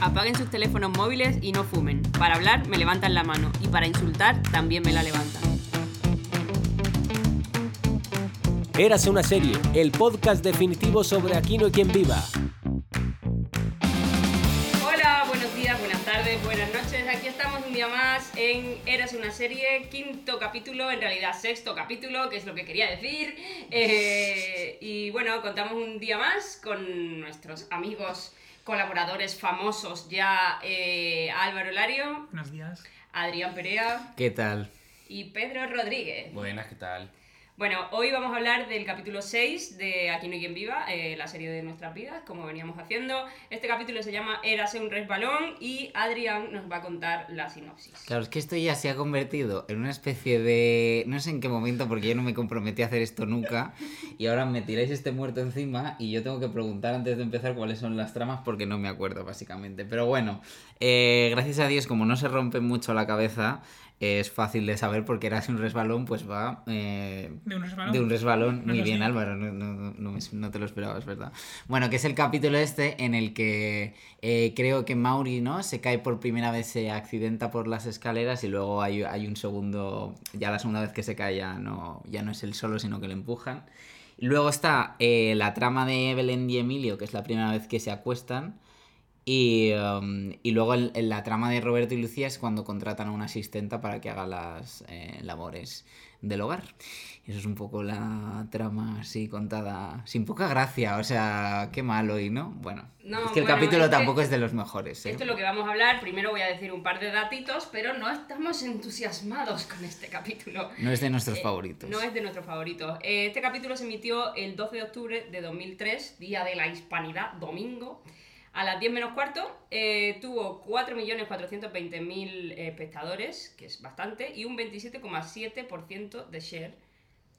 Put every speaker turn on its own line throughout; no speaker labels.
apaguen sus teléfonos móviles y no fumen. Para hablar me levantan la mano y para insultar también me la levantan.
Érase una serie, el podcast definitivo sobre Aquino y quien viva.
Hola, buenos días, buenas tardes, buenas noches. Aquí estamos un día más en Eras una serie, quinto capítulo, en realidad sexto capítulo, que es lo que quería decir. Eh, y bueno, contamos un día más con nuestros amigos colaboradores famosos ya eh, Álvaro Lario,
Buenos días.
Adrián Perea
¿Qué tal?
y Pedro Rodríguez.
Buenas, ¿qué tal?
Bueno, hoy vamos a hablar del capítulo 6 de Aquí no hay quien viva, eh, la serie de nuestras vidas, como veníamos haciendo. Este capítulo se llama Érase un resbalón y Adrián nos va a contar la sinopsis.
Claro, es que esto ya se ha convertido en una especie de... No sé en qué momento, porque yo no me comprometí a hacer esto nunca, y ahora me tiráis este muerto encima, y yo tengo que preguntar antes de empezar cuáles son las tramas, porque no me acuerdo, básicamente. Pero bueno, eh, gracias a Dios, como no se rompe mucho la cabeza, eh, es fácil de saber, porque era un resbalón, pues va... eh,
De un resbalón.
De un resbalón.
No
Muy
lo
bien,
sé.
Álvaro. No, no- no- no me- no te lo esperabas, ¿verdad? Bueno, que es el capítulo este en el que eh, creo que Mauri, ¿no? Se cae por primera vez, se accidenta por las escaleras y luego hay, hay un segundo. Ya la segunda vez que se cae ya no, ya no es él solo, sino que le empujan. Luego está eh, la trama de Belén y Emilio, que es la primera vez que se acuestan. Y, um, y luego el- el- la trama de Roberto y Lucía es cuando contratan a una asistenta para que haga las eh, labores del hogar. Eso es un poco la trama así contada, sin poca gracia, o sea, qué malo y no. Bueno,
No,
es que el
bueno,
capítulo
es que-
tampoco es de los mejores. ¿eh?
Esto es lo que vamos a hablar. Primero voy a decir un par de datitos, pero no estamos entusiasmados con este capítulo.
No es de nuestros
Eh,
favoritos.
No es de nuestros favoritos. Eh, Este capítulo se emitió el 12 de octubre de 2003, Día de la Hispanidad, domingo, a las 10 menos cuarto. Eh, tuvo 4.420.000 eh, espectadores, que es bastante, y un 27,7% de share,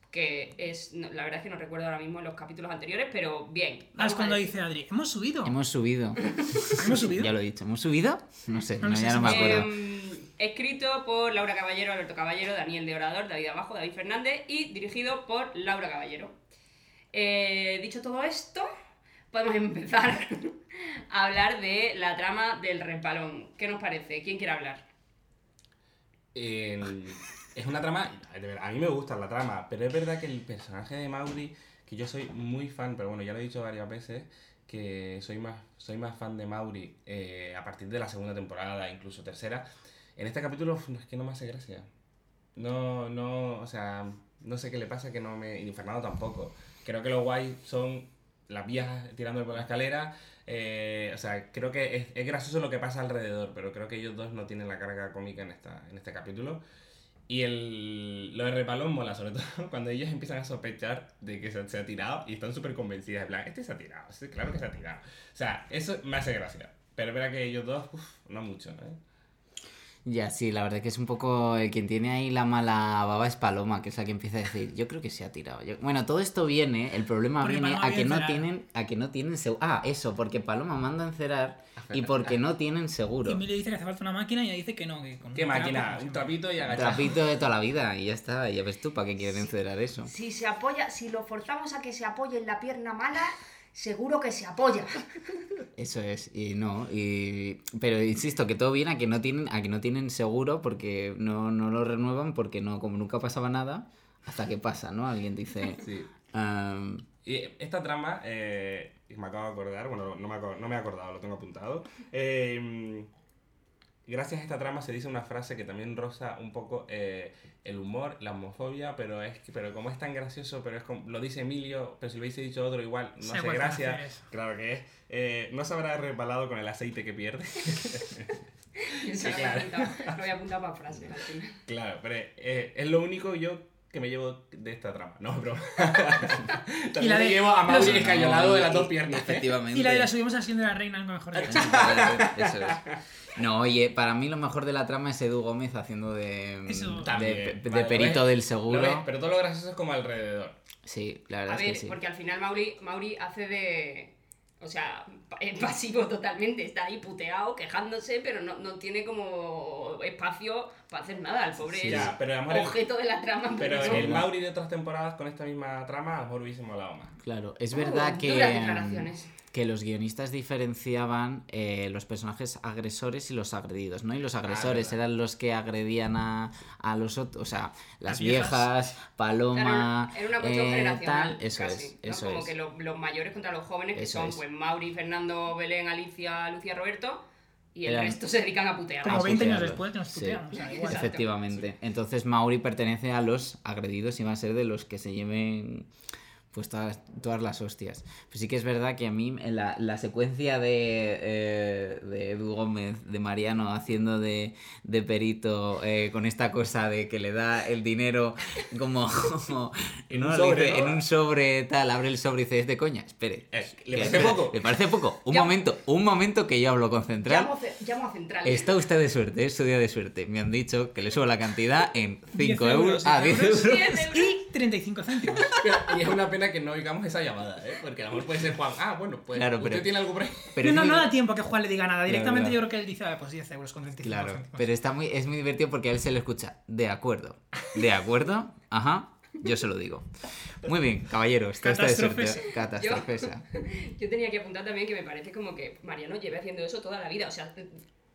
que es, no, la verdad es que no recuerdo ahora mismo los capítulos anteriores, pero bien.
Ah, es
Vamos a
cuando
decir-
dice Adri. Hemos subido.
Hemos subido.
Hemos subido.
ya lo he dicho. ¿Hemos subido? No sé,
No
no,
sé
ya
si
no me
se-
acuerdo.
Eh, escrito por Laura Caballero, Alberto Caballero, Daniel de Orador, David Abajo, David Fernández y dirigido por Laura Caballero. Eh, dicho todo esto, podemos empezar a hablar de la trama del resbalón. ¿Qué nos parece? ¿Quién quiere hablar?
El- es una trama, de verdad, a mí me gusta la trama, pero es verdad que el personaje de Mauri, que yo soy muy fan, pero bueno, ya lo he dicho varias veces, que soy más, soy más fan de Mauri eh, a partir de la segunda temporada, incluso tercera. En este capítulo uf, no, es que no me hace gracia. No, no, o sea, no sé qué le pasa que no me... Y Fernando tampoco. Creo que los guays son las vías tirándome por la escalera. eh, o sea, creo que es, es gracioso lo que pasa alrededor, pero creo que ellos dos no tienen la carga cómica en, esta, en este capítulo. Y el, lo de repalón mola, sobre todo cuando ellas empiezan a sospechar de que se, se ha tirado y están súper convencidas. En plan, este se ha tirado, sí, claro que se ha tirado. O sea, eso me hace gracia. Pero es verdad que ellos dos, uf, no mucho, ¿eh?
Ya, sí, la verdad que es un poco. El quien tiene ahí la mala baba es Paloma, que es la que empieza a decir, yo creo que se ha tirado. Yo- Bueno, todo esto viene, el problema
Porque
viene
Paloma
a que,
viene
no
encerada.
tienen, a que no tienen seguro. Ah, eso, porque Paloma manda a encerar y porque no tienen seguro.
Emilio dice que hace falta una máquina y ella dice que no. Que con
¿Qué
un
máquina?
trapo,
Un
no sé.
trapito y agachado.
Trapito de toda la vida, y ya está, ya ves tú, ¿para qué quieren encerar eso?
Si se apoya, si lo forzamos a que se apoye en la pierna mala, seguro que se apoya.
Eso es, y no, y... pero insisto que todo viene a que no tienen, a que no tienen seguro porque no, no lo renuevan, porque no, como nunca pasaba nada, hasta que pasa, ¿no? Alguien dice.
Sí.
"Ah,
Y esta trama, eh, y me acabo de acordar, bueno, no me, aco- no me he acordado, lo tengo apuntado. Eh, gracias a esta trama se dice una frase que también roza un poco eh, el humor, la homofobia, pero es que, pero como es tan gracioso, pero es como, lo dice Emilio, pero si lo hubiese dicho otro igual, no
Sé
hace
cuál frase
gracia.
es.
Claro que es. Eh, no se habrá resbalado con el aceite que pierde.
Eso lo,
claro.
había apuntado, lo había apuntado para frase. al final.
Claro, pero eh, es lo único yo que me llevo de esta trama. No, bro. También
la
me
de-
llevo a
los-
Mauri escayolado de las dos piernas. ¿eh?
Efectivamente.
Y la de la subimos al sillón de la reina, algo mejor dicho.
Eso es. No, oye, para mí lo mejor de la trama es Edu Gómez haciendo de, mm,
Eso.
de,
También.
de
Vale, lo
perito del
ves, Lo ves,
seguro.
pero todo lo gracioso es como alrededor.
Sí, la verdad
A
es
ver,
que sí.
porque al final Mauri, Mauri hace de. O sea, pa- es pasivo totalmente, está ahí puteado, quejándose, pero no, no tiene como espacio para hacer nada al pobre
Sí,
Ya, pero a lo mejor el-
objeto de la trama.
Pero
no.
el
verdad.
Mauri de otras temporadas con esta misma trama a lo mejor hubiese molado más.
Claro, es
Uh,
verdad que. mm, eh,
Duras declaraciones.
que los guionistas diferenciaban eh, los personajes agresores y los agredidos, ¿no? Y los agresores
verdad.
eran los que agredían a, a los otros, o sea, las,
Las
viejas,
viejas.
Paloma,
Claro, era una cuestión
eh,
generacional.
tal, eso
casi,
es,
¿no?
eso
Como
es.
que lo- los mayores contra los jóvenes, que
Eso
son
es.
pues Mauri, Fernando, Belén, Alicia, Lucia, Roberto, y el
Eran-
resto se dedican a putear.
Ah,
Como 20 años
putearlo.
después que nos
Sí.
putean. O sea, igual.
Exacto.
Efectivamente. Entonces Mauri pertenece a los agredidos y va a ser de los que se lleven pues todas, todas las hostias. Pues sí que es verdad que a mí en la, la secuencia de, eh, de Edu Gómez, de Mariano haciendo de, de perito eh, con esta cosa de que le da el dinero como, como-
En un
le
sobre,
dice,
¿no?
en un sobre tal, abre el sobre y dice, es de coña, espere.
Eh,
Que-
¿Le parece poco?
Le parece poco. Un
Ya-
momento, un momento que yo hablo con Central.
Llamo, a ce- llamo a Central.
Está usted de suerte, es su día de suerte. Me han dicho que le subo la cantidad en 5
10
euros.
euros,
Ah, 10
10
euros.
Diez euros.
Y 35 céntimos.
Y es una pena que no oigamos esa llamada, ¿eh? Porque a lo mejor puede ser Juan. Ah, bueno, pues
Claro,
usted
pero-
tiene algo por ahí.
no,
Pero es
no,
muy-
no da tiempo a que Juan le diga nada. Directamente
claro.
yo creo que él dice, "Ah, pues 10 euros con 35
Claro,
céntimos".
pero está muy, es muy divertido porque a él se le escucha. De acuerdo. De acuerdo. Ajá. Yo se lo digo. Muy bien, caballero. Está, está de suerte.
Catastrofes.
Catastrofesa.
Yo tenía que apuntar también que me parece como que Mariano lleva haciendo eso toda la vida. O sea,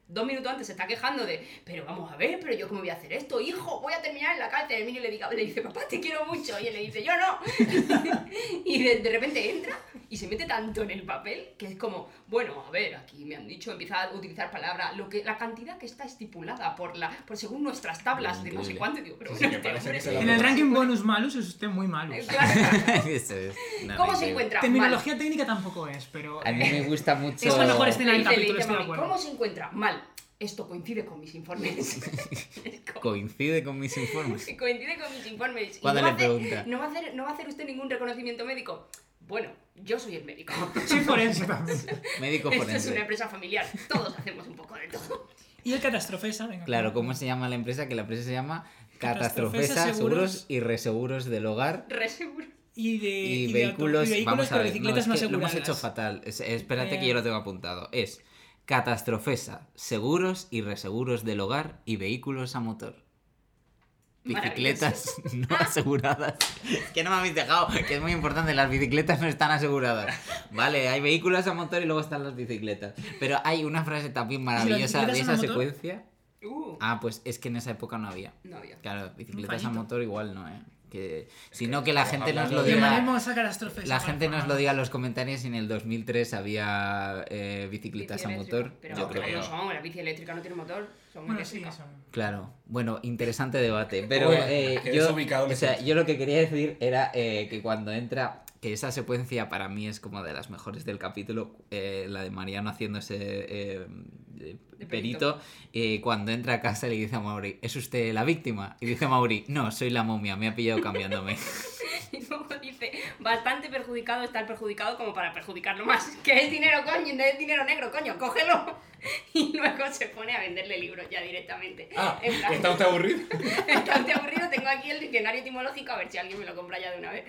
dos minutos antes se está quejando de, pero vamos a ver, pero yo cómo voy a hacer esto, hijo, voy a terminar en la cárcel. El niño le, diga- le dice, papá, te quiero mucho. Y él le dice, yo no. y de, de repente entra y se mete tanto en el papel que es como, bueno, a ver, aquí me han dicho, empieza a utilizar palabras, lo que, la cantidad que está estipulada por la, por según nuestras tablas de no sé
Increíble.
cuánto. Y digo, pero
Sí, sí,
bueno, este
que parece
hombre
que se
es-
la
En el ranking
Claro.
bonus malus es usted muy malus.
Eso es. No,
¿Cómo
no,
se
no.
encuentra? Mal.
Terminología técnica tampoco es, pero... eh,
A mí me gusta mucho.
Es la mejor
Le
escena del
dice- le
capítulo,
dice,
estoy de
"Mami,
acuerdo.
¿Cómo se encuentra? Mal. Esto coincide con mis informes. Es como-
Coincide con mis informes.
que coincide con mis informes. Y
Cuando
no
le
va a hacer-
pregunta.
No va, a hacer, no va a hacer usted ningún reconocimiento médico. Bueno, yo soy el médico.
Soy forense también.
Médico
Esto es una
forense.
empresa familiar. Todos hacemos un poco de todo.
Y el catastrofesa, venga.
Claro, ¿cómo se llama la empresa? Que la empresa se llama
Catastrofesa,
Catastrofesa, Seguros
Seguros
y Reseguros del Hogar
Reseguro.
Y de,
y,
y de auto-
vehículos,
y vehículos,
vamos a
pero
ver, no,
bicicletas
es
no,
que lo hemos
aseguradas.
hecho fatal. Es- espérate que yo
Eh.
lo tengo apuntado. Es catastrofesa, seguros y reseguros del hogar y vehículos a motor. Bicicletas no aseguradas. Es que no me habéis dejado, que es muy importante, las bicicletas no están aseguradas. Vale, hay vehículos a motor y luego están las bicicletas. Pero hay una frase también maravillosa de
bicicletas son
esa
a motor?
secuencia.
Uh,
Ah, pues es que en esa época no había.
no había.
Claro, bicicletas a
fallito.
motor igual no, ¿eh? Que, sino que la gente nos
hablando
lo
de-
diga.
Llamaremos a catastrofesa.
La
por
gente nos
favor.
lo diga en los comentarios si en el 2003 había eh, bicicletas a
Bici eléctrica.
motor.
Pero
Yo
vamos,
creo.
no son, la bici eléctrica no tiene motor. Son
Bueno, sí,
eléctricas.
eso.
Claro, bueno, interesante debate. Pero
Bueno,
eh,
que
yo,
desubicado me
o sea,
siento.
yo lo que quería decir era eh, que cuando entra, que esa secuencia para mí es como de las mejores del capítulo, eh, la de Mariano haciéndose eh, eh,
De
perito,
perito.
eh, cuando entra a casa le dice a Mauri, ¿es usted la víctima? Y dice Mauri, no, soy la momia, me ha pillado cambiándome.
Y luego dice, bastante perjudicado está el perjudicado como para perjudicarlo más. Que es dinero, coño, es dinero negro, coño, cógelo. Y luego se pone a venderle libros ya directamente.
Ah,
En plan,
¿está usted aburrido?
bastante aburrido, tengo aquí el diccionario etimológico, a ver si alguien me lo compra ya de una vez.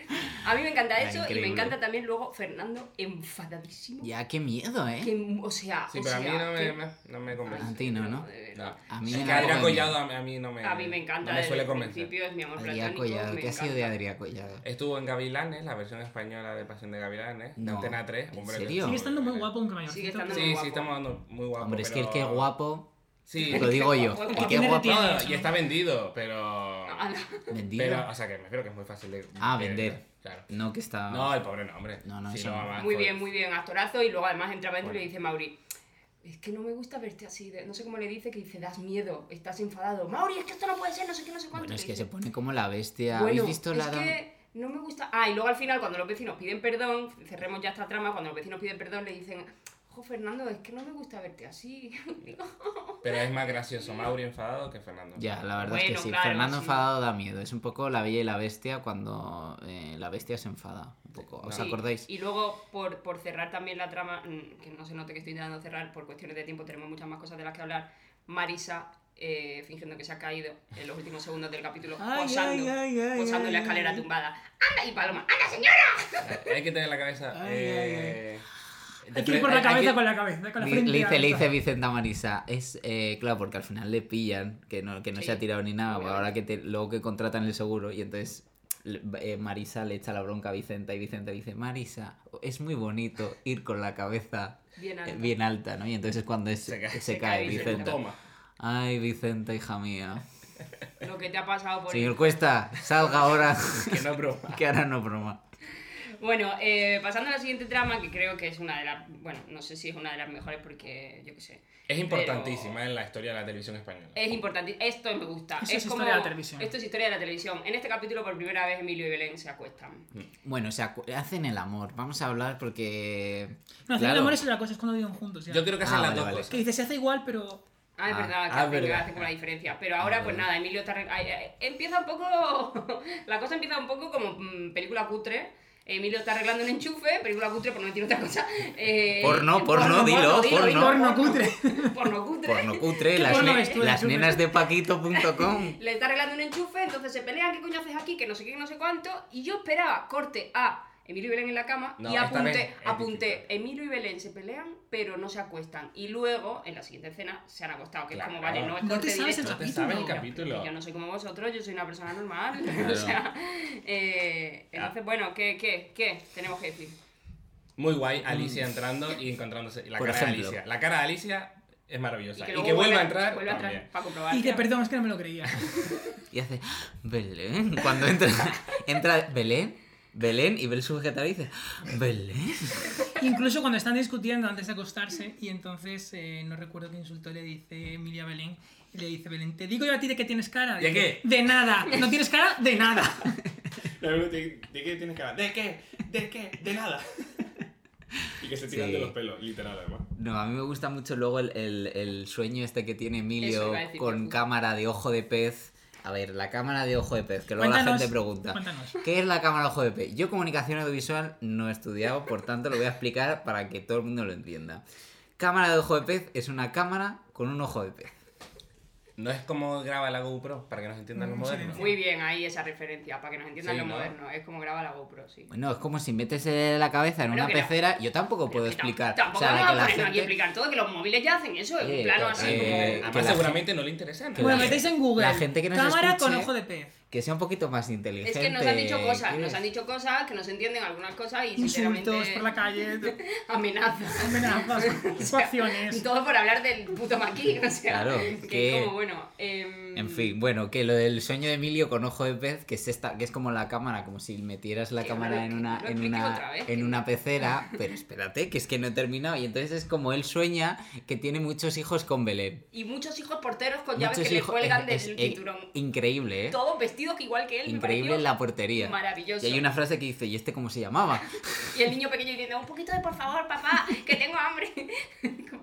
A mí me encanta
Era
eso y
increíble.
me encanta también luego Fernando enfadadísimo.
ya, qué miedo, ¿eh?
Que, o sea,
Sí,
o
pero a mí
sea,
no me,
que-
me- no me convence.
A ti no, ¿no?
de verdad.
No.
A mí
Es
me
que
da
Adrián
vergüenza.
Collado a mí, a mí no me.
A mí me encanta,
No me suele
desde el
convencer.
principio es mi amor
Adrián
platónico.
Collado,
me
¿qué ha sido de
encanta.
Adrián Collado?
Estuvo en Gavilanes, la versión española de Pasión de Gavilanes, de
No.
Antena 3.
¿En
Hombre, que
serio?
sí,
Sigue estando muy guapo, aunque mayorcito.
Sigue estando
pero-
muy
Sí,
guapo.
sí, estamos dando muy guapo.
Hombre, es que el
pero-
que guapo,
Sí,
lo digo yo.
guapo,
El
guapo.
que
Tiene
guapo,
retiene.
No, y está vendido, pero.
Ah, no.
vendido.
Pero, o sea, que me creo que es muy fácil de.
Ah, vender.
Claro.
No, que está.
No, el pobre no, hombre.
No, no,
Sí,
eso
lo
no.
amas,
Muy
joder.
bien, muy bien, actorazo. Y luego además entra dentro y
Bueno.
le dice Mauri, es que no me gusta verte así, de- no sé cómo le dice, que dice, das miedo, estás enfadado. Mauri, es que esto no puede ser, no sé qué, no sé cuánto.
Bueno,
Y
es que
dice,
se pone como la bestia.
"Bueno,
¿Habéis visto la
es
dama?
que no me gusta... Ah, y luego al final, cuando los vecinos piden perdón, cerremos ya esta trama, cuando los vecinos piden perdón le dicen... Ojo, Fernando, es que no me gusta verte así.
Pero es más gracioso Mauri enfadado que Fernando.
Ya, la verdad es que
Bueno,
sí.
claro,
Fernando
sí.
enfadado da miedo. Es un poco la bella y la bestia cuando eh, la bestia se enfada. Un poco. ¿Os
Sí.
acordáis?
Y luego, por, por cerrar también la trama, mm, que no se note que estoy intentando cerrar, por cuestiones de tiempo tenemos muchas más cosas de las que hablar, Marisa, eh, fingiendo que se ha caído en los últimos segundos del capítulo,
Ay,
posando,
ay, ay, ay,
posando en la
ay,
escalera
ay.
tumbada. ¡Anda! Y Paloma, ¡anda, señora!
Hay que tener la cabeza.
Ay,
eh,
Hay que ir por
hay-
la
hay
cabeza
que-
con la cabeza, con la
Le
frente.
le dice, le
alta.
dice Vicenta Marisa, es eh, claro, porque al final le pillan, que no, que no
Sí,
se ha tirado ni nada, pues
obviamente.
ahora que te- luego que contratan el seguro, y entonces le- eh, Marisa le echa la bronca a Vicenta y Vicenta dice, Marisa, es muy bonito ir con la cabeza
Bien
eh,
alto.
bien alta, ¿no? Y entonces es cuando es- se, cae,
Vicenta.
Vicenta.
Toma.
Ay, Vicenta, hija mía.
Lo que te ha pasado por
Señor Cuesta, salga ahora,
Que no, bro.
que ahora no broma.
Bueno, eh, pasando a la siguiente trama, que creo que es una de las. Bueno, no sé si es una de las mejores porque yo qué sé.
Es
Pero- Eh,
importantísima en la historia de la televisión española.
Es importante, esto me gusta.
Eso es historia de la televisión.
Esto es historia de la televisión. En este capítulo, por primera vez, Emilio y Belén se acuestan.
Bueno, o sea, cu- hacen el amor. Vamos a hablar porque...
No, hacer el
Claro.
amor es otra cosa, es cuando viven juntos. Ya.
Yo creo que hacen
Ah,
las
vale,
dos
vale.
cosas.
Que dice, se hace igual, pero.
Ah, es
Ah,
verdad, que
ah,
hace, que
verdad.
hace como la diferencia. Pero ahora, pues
verdad.
nada, Emilio está. re- ay, ay, empieza un poco. la cosa empieza un poco como mm, película cutre. Emilio está arreglando un enchufe, película cutre, por no decir otra cosa. Eh,
Porno, porno, dilo, porno.
Porno cutre.
Porno cutre.
Porno cutre,
¿Qué
las,
porno
ne-
ves tú,
las
Chupe?
nenas de paquito.com.
Le está arreglando un enchufe, entonces se pelean, ¿qué coño haces aquí? Que no sé qué, que no sé cuánto. Y yo esperaba, corte a Emilio y Belén en la cama
No,
y
esta vez
apunté,
es
apunté,
distinto.
Emilio y Belén se pelean, pero no se acuestan. Y luego, en la siguiente escena, se han acostado, que
Claro.
es como, vale, no es
No te
corte
sabes
directo.
No te
capítulo.
sabes el
Pero
capítulo.
Yo no soy como vosotros, yo soy una persona normal. o sea, eh, entonces, bueno, ¿qué, qué, qué tenemos que decir?
Muy guay, Alicia entrando y encontrándose. Y La
Mm. Por
cara
ejemplo.
de Alicia. La cara de Alicia es maravillosa. Y que,
luego
vuelva a entrar.
vuelve a entrar
también.
para comprobar.
Y dice,
claro.
perdón, es que no me lo creía.
Y hace, Belén. Cuando entra, entra Belén, Belén, y ve el sujetador y dice, Belén.
Incluso cuando están discutiendo antes de acostarse, y entonces eh, no recuerdo qué insultó le dice Emilia a Belén. Y le dice Belén, te digo yo a ti de que tienes cara.
¿De
Dice,
qué?
De nada. No tienes cara de nada.
¿De, de qué tienes que hablar? ¿De qué? ¿De qué? De nada. y que se
tiran Sí. de los
pelos, literal, además.
No, a mí me gusta mucho luego el, el- el sueño este que tiene Emilio
Eso iba a decir,
con
yo.
cámara de ojo de pez. A ver, la cámara de ojo de pez, que luego la
Cuéntanos,
gente pregunta.
cuéntanos.
¿Qué es la cámara de ojo de pez? Yo comunicación audiovisual no he estudiado, por tanto lo voy a explicar para que todo el mundo lo entienda. Cámara de ojo de pez es una cámara con un ojo de pez.
No es como graba la GoPro, para que nos entiendan los
Mm, sí,
modernos.
Muy bien, ahí esa referencia, para que nos entiendan
Sí,
lo
¿no?
moderno. Es como graba la GoPro, sí.
Bueno, es como si metes eh, la cabeza en
Bueno,
una
que no.
pecera, yo tampoco puedo
Pero que tam-
explicar.
Tampoco
de
vamos
que
a
la
ponernos aquí a
gente-
explicar todo, que los móviles ya hacen eso, en
Eh,
un plano así
eh,
como.
que
Además,
la
seguramente no le interesa. ¿no?
Bueno,
la-
metéis en Google.
la gente que nos
Cámara con
escuche-
ojo de pez.
que sea un poquito más inteligente.
Es que nos han dicho cosas, nos
¿quieres?
han dicho cosas que no se entienden algunas cosas y sinceramente.
Insultos por la calle,
Amenazas.
amenazas, coacciones.
Todo por hablar del puto maquín, o sea.
Claro,
que,
que-
como bueno. em,
En fin, bueno, que lo del sueño de Emilio con ojo de pez, que es esta, que es como la cámara, como si metieras la
Que
cámara
lo-
en una,
que lo
en
expliques
una,
otra vez,
en
que-
una pecera, pero espérate, que es que no he terminado. Y entonces es como él sueña que tiene muchos hijos con Belén.
Y muchos hijos porteros con llaves
Muchos
que le
hijos-
cuelgan
es-
del
es- eh,
cinturón.
Increíble, eh.
Todos vestidos que igual que él. me
Increíble en
pareció.
la portería.
maravilloso.
Y hay una frase que dice, ¿y este cómo se llamaba?
Y el niño pequeño diciendo, un poquito de por favor, papá, que tengo hambre.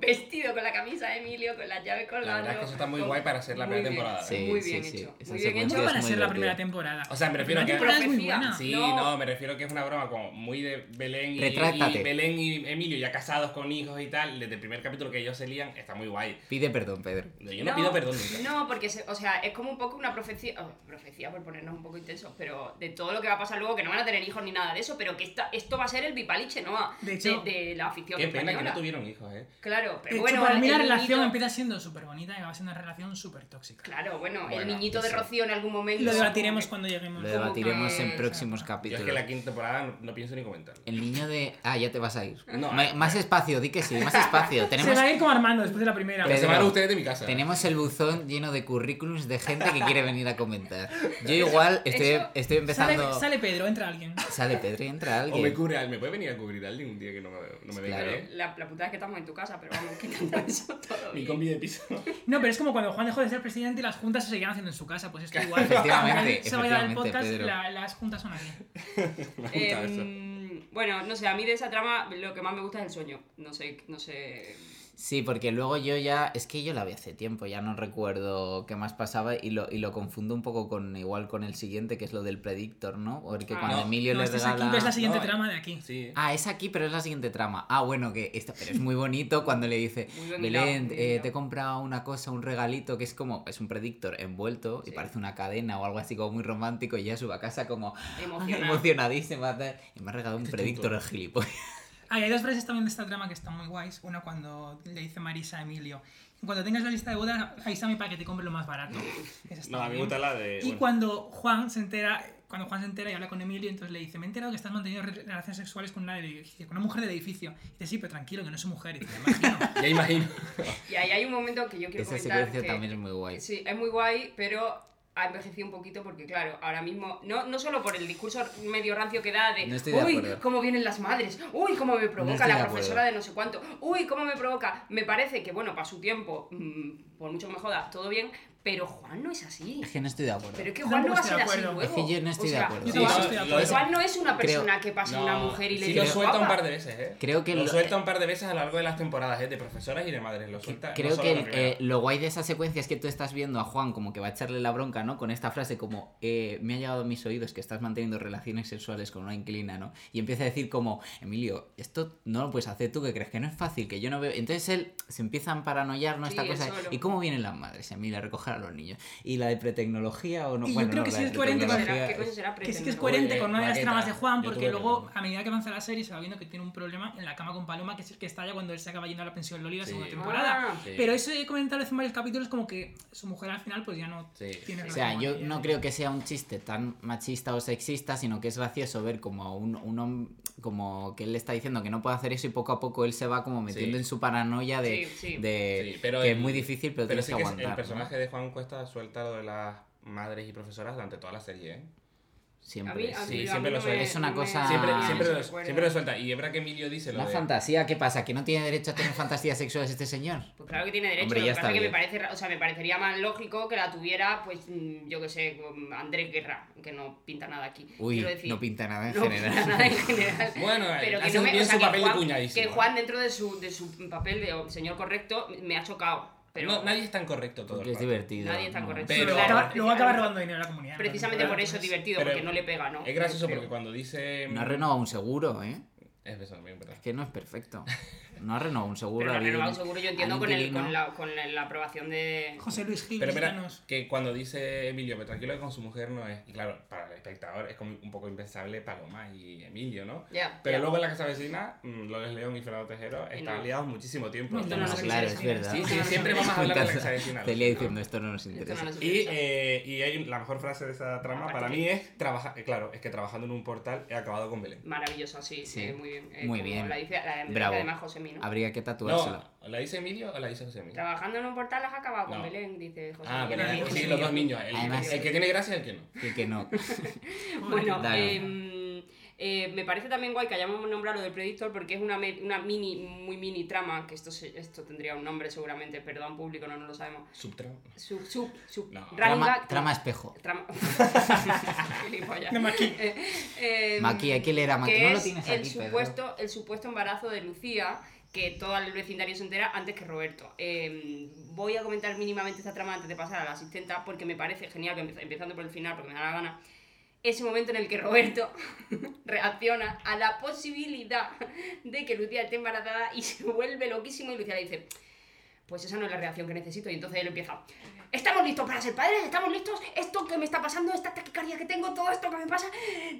Vestido con la camisa de Emilio, con las llaves colgando.
La verdad es que eso está muy
Con-
guay para hacer la ¿eh? primera
Muy bien,
temporada.
Sí,
muy bien
sí,
hecho.
sí.
Muy bien
Esa
hecho.
¿Cómo
secuencia
van a ser
es muy
la
divertida.
primera temporada?
O sea, me refiero
La
a que-
temporada es muy
Profecía.
buena.
Sí,
No.
no. me refiero que es una broma como muy de Belén y,
Retráctate.
y Belén y Emilio ya casados con hijos y tal, desde el primer capítulo que ellos se lían, está muy guay.
Pide perdón, Pedro.
Yo no, pido perdón nunca.
No, porque, se- o sea, es como un poco una profecía, oh, profecía por ponernos un poco intensos, pero de todo lo que va a pasar luego, que no van a tener hijos ni nada de eso, pero que esta- esto va a ser el bipaliche, ¿no?
De hecho-
de, de la afición
Qué pena que
española.
no tuvieron hijos, eh.
Claro, pero
De hecho,
bueno...
para mí la
el
relación
niñito-
empieza siendo súper bonita y va a ser una relación súper tóxica.
Claro, bueno, el
Bueno,
niñito de
eso.
Rocío en algún momento...
Lo debatiremos
como
cuando lleguemos.
Lo debatiremos
que-
en próximos
Yo
capítulos.
es que la quinta temporada no, no pienso ni comentarlo.
El niño de... Ah, ya te vas a ir.
No.
Ma- más espacio, di que sí, más espacio.
Se
Tenemos
va a ir como Armando después de la primera.
Pero se
Pedro,
van ustedes de mi casa.
Tenemos el buzón lleno de currículums de gente que quiere venir a comentar. Yo igual estoy,
eso-
estoy
Sale,
empezando...
sale Pedro, entra alguien.
Sale Pedro y entra
O me
alguien.
cubre alguien. ¿Me puede venir a cubrir alguien un día que no me, no me venga
Claro.
bien?
La, la putada es que estamos en tu casa, pero vamos, que tanto eso todo
Mi
bien.
combi de piso.
No, pero es como cuando Juan dejó de ser presidente y las juntas se seguían haciendo en su casa. Pues esto igual.
Efectivamente,
Aunque él Se vaya del
efectivamente,
podcast,
Pedro.
la- las juntas son aquí.
Me gusta eso.
Em, bueno, no sé, a mí de esa trama lo que más me gusta es el sueño. No sé, no sé.
Sí, porque luego yo ya... Es que yo la vi hace tiempo, ya no recuerdo qué más pasaba y lo, y lo confundo un poco con igual con el siguiente, que es lo del predictor, ¿no? Porque
Ah,
cuando
no.
Emilio
No,
le
este es aquí,
regala...
ves la siguiente
No,
trama de aquí.
Sí.
Ah, es aquí, pero es la siguiente trama. Ah, bueno, que esto, pero es muy bonito cuando le dice,
Muy buen hilado,
Belén,
muy
eh,
bien hilado".
te he comprado una cosa, un regalito, que es como, es un predictor envuelto y
Sí.
parece una cadena o algo así como muy romántico y ya sube a casa como
Ah,
Emocionada.
emocionadísima. tal, Y me ha regalado un
Este
predictor
tonto.
el gilipollas.
Ah, y hay dos frases también de esta trama que están muy guays. Una cuando le dice Marisa a Emilio. Cuando tengas la lista de bodas, ahí está mi para que te compre lo más barato. Esa está
No, a mí
muy
me
bien.
gusta la de.
Y
bueno,
cuando Juan se entera cuando Juan se entera y habla con Emilio, entonces le dice, me he enterado que estás manteniendo re- relaciones sexuales con una, del edificio, con una mujer del edificio. Y dice, sí, pero tranquilo, que no es su mujer. Y dice, "Me imagino.
Ya imagino.
Y ahí hay un momento que yo quiero
Esa
comentar
secuencia
que-
también es muy guay.
Sí, es muy guay, pero ha envejecido un poquito porque, claro, ahora mismo, no, no solo por el discurso medio rancio que da de,
No estoy de
uy,
acuerdo".
cómo vienen las madres, uy, cómo me provoca
estoy de
la
acuerdo.
profesora de no sé cuánto, uy, cómo me provoca. Me parece que, bueno, para su tiempo, mm, por mucho que me joda, todo bien, pero Juan no es así.
Es que no estoy de acuerdo.
Pero es que Juan no, va a
Tampoco
ser
estoy
así
de
luego.
acuerdo.
Es que yo no estoy
O
de
sea,
acuerdo.
Yo
Sí,
tampoco
no,
estoy de
lo-
acuerdo.
Juan no es una persona que pasa
No,
una mujer y le
sí
dice
lo suelta un
"Guapa".
par de veces, ¿eh?
Creo que
lo,
lo-
suelta un par de veces a lo largo de las temporadas, ¿eh? De profesoras y de madres. Lo suelta. no
Creo
solo
que
la
el-
primera.
eh, lo guay de esa secuencia es que tú estás viendo a Juan como que va a echarle la bronca, ¿no? Con esta frase como, eh, me ha llegado a mis oídos que estás manteniendo relaciones sexuales con una inclina, ¿no? Y empieza a decir como, Emilio, esto no lo puedes hacer tú, que crees que no es fácil, que yo no veo... Entonces él se empieza a paranoiar, ¿no?
Sí,
Esta
él
cosa... de,
solo.
¿Y cómo vienen las madres, Emilio, a recoger a los niños? ¿Y la de pretecnología o no?
Y yo
Bueno,
creo
no,
que
la
sí
de
es coherente con-
¿Será- ¿Qué
pretecnología
coño será
Que sí que es
pretender?
coherente
Oye,
con una de las
maqueta.
tramas de Juan,
Yo
porque
tuve
luego,
que-
a medida que avanza la serie, se va viendo que tiene un problema en la cama con Paloma, que es el que estalla cuando él se acaba yendo a la pensión Loli la
Sí.
segunda
Ah.
temporada.
Ah,
Sí.
Pero eso he comentado hace varios capítulos como que su mujer al final pues ya no
Sí.
tiene
O sea,
relación
yo
con ella.
no creo que sea un chiste tan machista o sexista, sino que es gracioso ver como a un, un hom- como que él le está diciendo que no puede hacer eso y poco a poco él se va como metiendo
Sí.
en su paranoia de,
Sí, sí.
de-
Sí, pero
que
el-
es muy difícil, pero,
Pero
tienes
sí
que
que es-
aguantar.
el
¿no?
personaje de Juan Cuesta suelta lo de las madres y profesoras durante toda la serie, ¿eh?
Ah, A
Siempre.
mí, a mí-
sí.
Sí,
a mí
siempre
no
lo suelta.
me-
Es una
no me-
cosa- Ah,
Siempre,
sí,
siempre,
no
lo,
me acuerdo.
siempre lo suelta. Y Ebra que Emilio dice lo
La
de-
fantasía, ¿qué pasa? ¿Que no tiene derecho a tener fantasías sexuales este señor?
Pues claro que tiene derecho,
Hombre,
lo
ya
que pasa
está
es que me,
bien.
parece, ra- o sea, me parecería más lógico que la tuviera, pues, mm, yo que sé, con Andrés Guerra, que no pinta nada aquí.
Uy,
Quiero decir,
no pinta nada en
no pinta
general.
nada en general.
Bueno, eh,
pero que
hace
no me,
bien
o sea,
su
que,
papel de
Juan,
cuñadísimo,
que
¿eh?
Juan dentro de su, de su papel de señor correcto, me ha chocado. Pero
No, nadie es tan correcto todo.
Porque
el
es
rato.
divertido.
Nadie está
¿no?
correcto.
Pero-
Luego acaba-
Claro,
luego acaba
precisamente-
robando dinero a la comunidad.
Precisamente por eso es
Entonces,
divertido,
Pero-
porque no le pega, ¿no?
Es gracioso
Creo.
porque cuando dice.
No ha renovado un seguro, ¿eh?
Es eso, bien, ¿verdad?
Es que no es perfecto. No ha renovado un seguro.
Pero la
al-
renovado seguro yo entiendo
al
con, el,
inquilino.
con, la, con la- la aprobación de...
José Luis Gil,
Pero espera,
visítanos.
que cuando dice Emilio, pero tranquilo que con su mujer no es. Y claro, para el espectador es como un poco impensable Paloma y Emilio, ¿no?
Ya,
Pero
ya.
luego en la casa vecina, mm, Loles León y Fernando Tejero están
No.
liados muchísimo tiempo.
No,
Esto
no, no,
no se
Ah,
sé
sabe.
claro,
si
es
es-
verdad.
Sí, sí, siempre vamos a hablar de la casa vecina.
Celia diciendo esto no nos interesa.
nos
Y,
interesa.
eh, y hay- la mejor frase de esa trama para mí es, trabaja, eh, claro, es que trabajando en un portal he acabado con Belén.
Maravilloso, sí,
Sí,
eh, muy bien. Eh,
muy
como
bien.
La dice, la,
Bravo.
Bravo. además José Mino.
Habría que tatuársela.
No, ¿la dice Emilio o la dice José Emilio?
Trabajando en un portal has acabado con
No.
Belén, dice José
Ah,
Miguel.
pero
Emilio,
sí,
Emilio.
los dos niños. El,
Además-
el que tiene gracia y el que no.
Que, que no.
Bueno,
Dale.
em, eh, me parece también guay que hayamos nombrado lo del predictor porque es una, me- una mini, muy mini trama, que esto, se- esto tendría un nombre seguramente, perdón público, no, no lo sabemos.
Subtrama.
Sub, sub, sub,
No.
Trama, trama espejo.
Trama. Gilipollas.
De Maki.
Eh, eh,
Maki, hay que leer a Maki.
Que
No lo
es
tienes
el
aquí, Pedro.
supuesto, el supuesto embarazo de Lucía, que todo el vecindario se entera antes que Roberto. Eh, voy a comentar mínimamente esta trama antes de pasar a la asistenta, porque me parece genial, que empe- empezando por el final, porque me da la gana. Ese momento en el que Roberto reacciona a la posibilidad de que Lucía esté embarazada y se vuelve loquísimo y Lucía le dice, pues esa no es la reacción que necesito. Y entonces él empieza, estamos listos para ser padres, estamos listos, esto que me está pasando, esta taquicardia que tengo, todo esto que me pasa,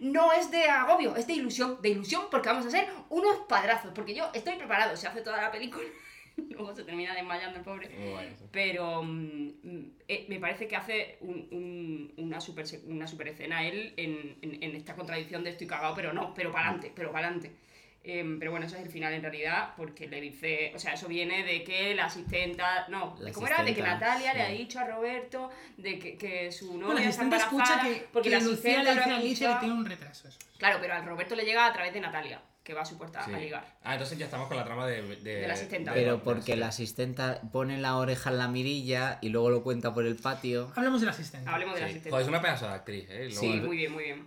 no es de agobio, es de ilusión, de ilusión porque vamos a ser unos padrazos, porque yo estoy preparado, se hace toda la película, luego se termina desmayando el pobre.
Muy bueno, sí.
Pero mm, mm, eh, me parece que hace un- un- una, super, se- una super escena él en, en- en esta contradicción de estoy cagado, pero no, pero para adelante, pero para adelante. pero bueno, eso es el final en realidad, porque le dice, o sea, eso viene de que la asistenta, no,
La
¿cómo era? De que
asistenta,
Natalia le ha
sí.
dicho a Roberto de que, que su novia
Bueno, la
está
asistente escucha
embarazada,
que,
porque
que
la
Lucía le
asistenta lo
dice a Alicia
escucha.
que tiene un retraso. Eso.
Claro, pero al Roberto le llega a través de Natalia, que va a su puerta
Sí.
a ligar.
Ah, entonces ya estamos con la trama de... De,
De la asistenta.
Pero porque la asistenta pone la oreja en la mirilla y luego lo cuenta por el patio.
Hablamos del asistente.
Hablemos de la
Sí.
asistenta.
Joder, es una pedazo de actriz, ¿eh? Luego-
Sí,
Sí, muy bien, muy bien.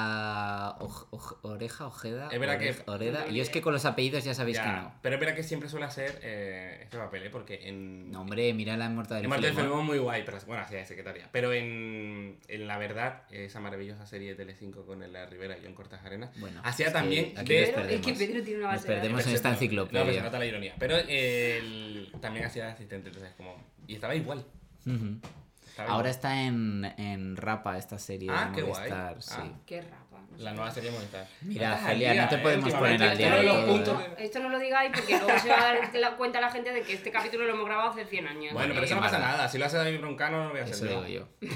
Berta Oj- Oj- Oreja, Ojeda.
Es verdad que-
Orej- Oreda. Yo es que con los apellidos ya sabéis
Ya,
que no.
Pero es verdad que siempre suele hacer eh, este papel, ¿eh? Porque en...
No, hombre, mira la muerta del
En Marta del
Filemón.
Filemón muy guay, pero bueno, hacía de secretaria. Pero en, en La Verdad, esa maravillosa serie de Telecinco con Ela Rivera y John Cortajarena,
Bueno, es
hacía
que
también
aquí
de...
nos
Pedro- es que
perdemos.
Pedro tiene una
Nos
base de datos.
perdemos en esta enciclopedia.
No, pero se nota la ironía. Pero el- también hacía de asistente, entonces como... Y estaba igual.
Ujú.
estaba
Ahora
igual.
está en, en Rapa esta serie
Ah,
de
qué guay.
Movistar,
Ah.
sí.
Qué rapa. no sé
La
qué
nueva serie Movistar.
Mira,
estás al
Celia,
día,
no te
¿eh?
podemos poner al
Últimamente,
día
uno de
de
los
todo,
puntos-
¿eh?
Esto no lo digáis porque luego se va a dar la- cuenta la gente de que este capítulo lo hemos grabado hace 100 años.
Bueno, pero eso no
Qué
pasa
mala.
nada. Si lo hace David Broncano, no lo voy a hacer
Eso
yo.
digo yo.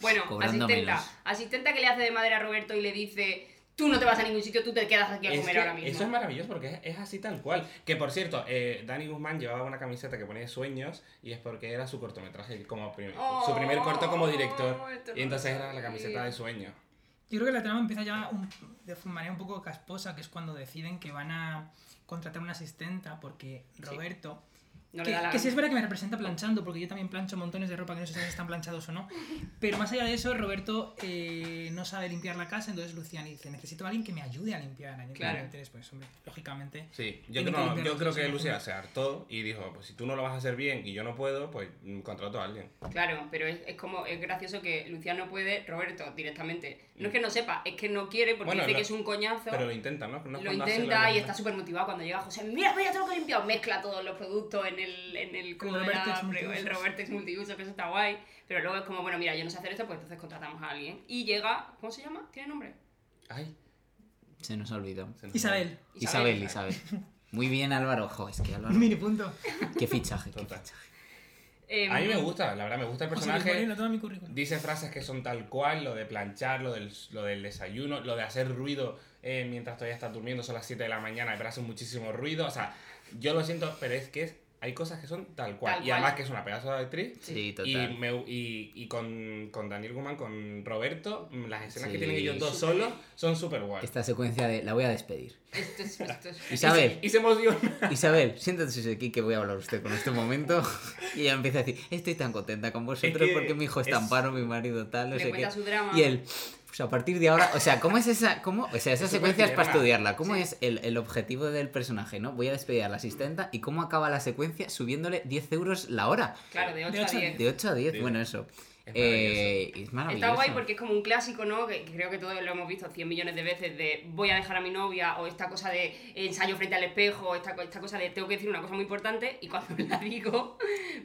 Bueno,
Cobrando
asistenta.
menos.
Asistenta que le hace de madre a Roberto y le dice, tú no te vas a ningún sitio, tú te quedas aquí a
Es
comer
que
ahora mismo.
Eso es maravilloso porque es, es así tal cual. Que por cierto, eh, Dani Guzmán llevaba una camiseta que ponía sueños y es porque era su cortometraje, como prim-
Oh,
su primer corto como director.
esto
Y
no
entonces
lo
era la
sabía.
camiseta de sueños.
Yo creo que la trama empieza ya un- de manera un poco casposa, que es cuando deciden que van a contratar una asistenta porque Roberto,
No le
que,
da la
que sí es
gana.
verdad que me representa planchando, porque yo también plancho montones de ropa que no sé si están planchados o no, pero más allá de eso, Roberto eh, no sabe limpiar la casa, entonces Luciana dice, necesito a alguien que me ayude a limpiar. Y
Claro.
entonces, pues hombre, lógicamente...
Sí, yo,
Tiene que
no,
limpiar
yo
los
creo
dos
que
en
Lucía
conjunto.
se hartó y dijo, pues si tú no lo vas a hacer bien y yo no puedo, pues mm, contrato a alguien.
Claro, pero es, es como, es gracioso que Luciano puede, Roberto, directamente. No es que no sepa, es que no quiere porque
Bueno,
dice
lo-
que es un coñazo.
Pero lo intenta, ¿no? No es
lo
cuando hace
intenta
la-
y está súper motivado cuando llega José. Mira, mira todo lo que he limpiado. Mezcla todos los productos en el, en el, como
El
era,
Robertex
pre-
multiusos.
el Robertex multiuso, que eso está guay. Pero luego es como, bueno, mira, yo no sé hacer esto, pues entonces contratamos a alguien. Y llega, ¿cómo se llama? ¿Tiene nombre?
Ay,
Se nos olvidó.
se nos-
Isabel,
Isabel, Isabel. Muy bien, Álvaro. Ojo, es que Álvaro.
mini punto.
Qué fichaje. qué
Total.
fichaje.
Em,
A mí me gusta, la verdad, me gusta el
José Luis
personaje.
Moreno, toma mi currículum.
Dice frases que son tal cual, lo de planchar, lo del, lo del desayuno, lo de hacer ruido eh, mientras todavía estás durmiendo, son las 7 de la mañana, pero hace muchísimo ruido. O sea, yo lo siento, pero es que es- hay cosas que son tal cual.
Tal
Y además
cual.
que es una pedazo de actriz.
Sí,
Y,
total.
me- y- y con, con Daniel Guman, con Roberto, mm, las escenas que
Sí.
tienen ellos dos solos son súper guay.
Esta secuencia de. La voy a despedir.
esto es- esto es-
Isabel,
Y se emociona.
Isabel, siéntate aquí que voy a hablar usted con este momento. Y ella empieza a decir, estoy tan contenta con vosotros
Es que
porque mi hijo está
es-
amparo, mi marido tal, no
Le
sé
cuenta
qué.
su drama.
Y él, pues a partir de ahora, o sea, ¿cómo es esa, cómo, o sea, esa
Es
secuencia es para
superfierna.
estudiarla? ¿Cómo es el, el objetivo del personaje, no? Voy a despedir a la asistenta y cómo acaba la secuencia subiéndole 10 euros la hora.
Claro, de 8,
ocho
a
a
10.
De 8 a 10,
Sí.
bueno, eso.
Es
Eh, es
Ah,
maravilloso.
Está guay porque es como un clásico, ¿no? Que que creo que todos lo hemos visto 100 millones de veces de voy a dejar a mi novia o esta cosa de ensayo frente al espejo, esta, co- esta cosa de tengo que decir una cosa muy importante y cuando la digo,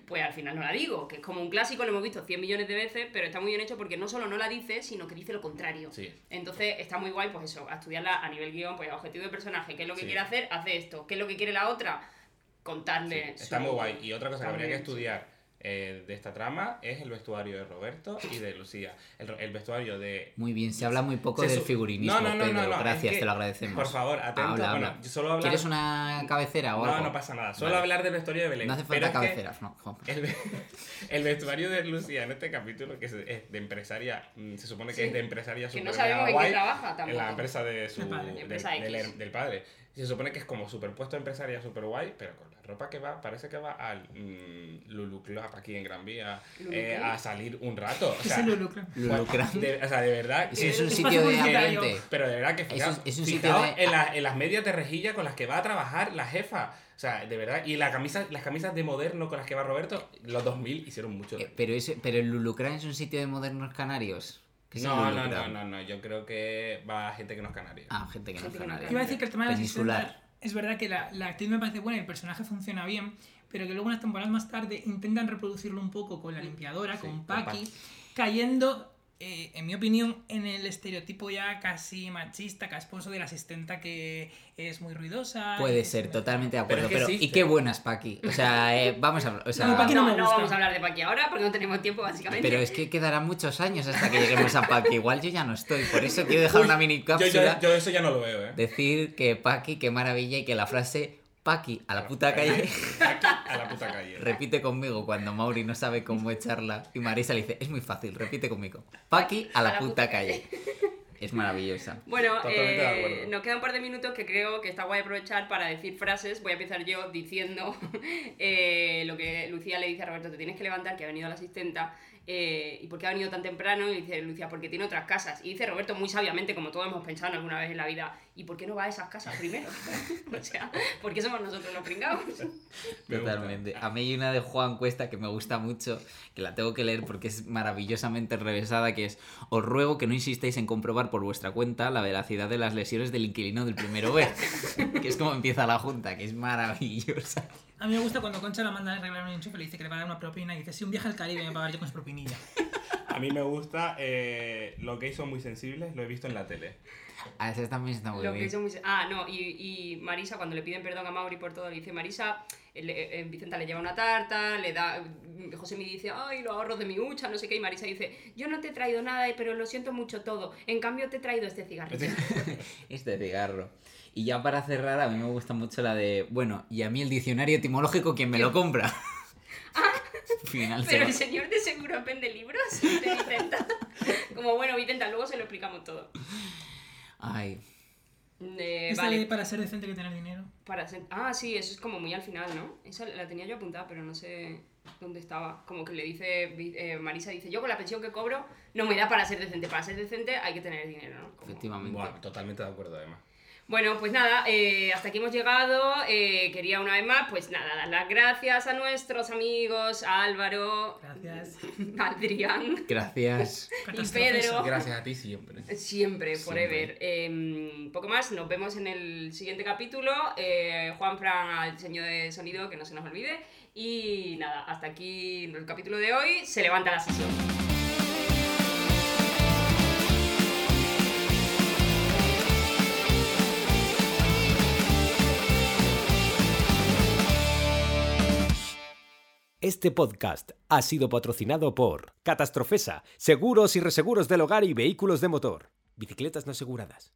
pues al final no la digo, que es como un clásico, lo hemos visto 100 millones de veces, pero está muy bien hecho porque no solo no la dice, sino que dice lo contrario.
Sí.
Entonces está muy guay, pues eso, a estudiarla a nivel guión, pues objetivo de personaje, qué es lo que
Sí.
quiere hacer, hace esto, qué es lo que quiere la otra,
Sí,
contarle.
está
su-
muy guay. Y otra cosa
está
que
muy
habría que
bien, sí.
estudiar eh, de esta trama es el vestuario de Roberto y de Lucía. El, el vestuario de
Muy bien, se habla muy poco
Se
del
su-
figurinismo,
No, no, no, no,
Pedro.
no, es
Gracias,
que-
te lo agradecemos.
Por favor, atento.
Habla,
bueno,
habla.
yo solo hablar...
¿Quieres una cabecera o
No,
algo?
no pasa nada. Solo
Vale.
hablar del vestuario de Belén.
No hace
Pero
falta
es que eh,
cabeceras, no. Juan.
El, ve- el vestuario de Lucía en este capítulo, que es es de empresaria, mm, se supone que
Sí.
es de empresaria
Que no
super
sabemos en
mega
qué
guay,
trabaja
En la
tampoco.
empresa de su,
Del padre.
del,
Empresa
del-
X.
del padre. Se supone que es como superpuesto empresaria super guay, pero con la ropa que va, parece que va al mm, Lulu Club aquí en Gran Vía
¿Lulu
eh,
Club?
a salir un rato. O
Es
sea,
el Lulucra.
bueno,
Lulucra.
de- o sea, de verdad.
Eso
que-
es un
Es
sitio de
facilitario.
ambiente.
pero de verdad que fijaos,
un- es un
fijaos
sitio de-
en, la- en las medias de rejilla con las que va a trabajar la jefa. O sea, de verdad. Y la camisa, las camisas de moderno con las que va Roberto, los 2000 hicieron mucho.
Eh, Pero, ese, pero el Lulucrán es un sitio de modernos canarios. ¿Qué es el
no, no, no,
Lulucrán?
no, no. Yo creo que va gente que no es canaria.
Ah, gente que no
Gente que
es
no es
canaria.
canaria.
Te iba a decir que el tema de la
Peninsular.
asistenta, es verdad que la, la actriz me parece buena y el personaje funciona bien, pero que luego unas temporadas más tarde intentan reproducirlo un poco con la limpiadora,
Sí,
con
con
Paki,
Paqui.
cayendo, eh, en mi opinión, en el estereotipo ya casi machista, casposo de la asistenta que es muy ruidosa. y
Puede
que
ser,
se-
totalmente de
Pero
acuerdo.
es que
Pero, ¿y
existe.
qué buenas, Paqui? O sea, eh, vamos a hablar. O sea,
No, Paqui no me
no
gusta.
vamos a hablar de Paqui ahora porque no tenemos tiempo, básicamente.
pero es que quedarán muchos años hasta que lleguemos a Paqui. Igual yo ya no estoy. Por eso quiero dejar una mini
yo, yo,
cápsula.
yo eso ya no lo veo, ¿eh?
Decir que Paqui, qué maravilla, y que la frase Paqui a la puta calle.
Aquí, a la puta calle.
Repite conmigo cuando Mauri no sabe cómo echarla y Marisa le dice, es muy fácil, repite conmigo. Paqui a la puta calle. Es maravillosa.
Bueno,
Totalmente de
eh,
acuerdo.
nos quedan un par de minutos que creo que está guay aprovechar para decir frases. Voy a empezar yo diciendo eh, lo que Lucía le dice a Roberto, te tienes que levantar, que ha venido la asistenta. eh, ¿Y por qué ha venido tan temprano? Y dice Lucía, porque tiene otras casas. Y dice Roberto muy sabiamente, como todos hemos pensado alguna vez en la vida, ¿y por qué no va a esas casas primero? o sea, ¿por qué somos nosotros los pringados?
Me gusta.
Totalmente. A mí hay una de Juan Cuesta que me gusta mucho, que la tengo que leer porque es maravillosamente revesada, que es Os ruego que no insistáis en comprobar por vuestra cuenta la veracidad de las lesiones del inquilino del primero B. que es como empieza la junta, que es maravillosa.
A mí me gusta cuando Concha la manda a arreglar un enchufe, le dice que le va a dar una propina y dice, sí, un viaje al Caribe me va a pagar yo con su propinilla.
A mí me gusta eh, lo que hizo muy sensibles, lo he visto en la tele.
A veces Ah, también está muy
Lo que
bien.
hizo muy- Ah, no, y, y Marisa, cuando le piden perdón a Mauri por todo, le dice Marisa, le- eh, Vicenta le lleva una tarta, le da. mm, José me dice, ay, los ahorros de mi hucha, no sé qué, y Marisa dice, yo no te he traído nada, eh, pero lo siento mucho todo, en cambio te he traído este cigarrillo.
Este cigarro. Y ya para cerrar, a mí me gusta mucho la de, bueno, y a mí el diccionario etimológico, ¿quién me lo compra? Final se
Pero
va.
el señor de seguro vende libros de Vicenta. Como bueno, Vicenta, luego se lo explicamos todo.
Ay,
Eh,
Esta ley
vale.
para ser decente hay que tener dinero.
Para sen- Ah, sí, eso es como muy al final, ¿no? Esa la tenía yo apuntada, pero no sé dónde estaba. Como que le dice, Vi- eh, Marisa dice, yo con la pensión que cobro no me da para ser decente. Para ser decente hay que tener dinero, ¿no? Como-
efectivamente.
Buah, totalmente de acuerdo, además.
Bueno, pues nada, eh, hasta aquí hemos llegado. Eh, quería una vez más, pues nada, dar las gracias a nuestros amigos, a Álvaro,
Gracias.
a Adrián,
Gracias.
Catástrofes.
Pedro.
Gracias a ti siempre.
siempre,
Siempre.
forever. Eh, poco más, nos vemos en el siguiente capítulo. Eh, Juan Fran al diseño de sonido, que no se nos olvide. Y nada, hasta aquí el capítulo de hoy. Se levanta la sesión.
Este podcast ha sido patrocinado por Catastrofesa, seguros y reseguros del hogar y vehículos de motor, bicicletas no aseguradas.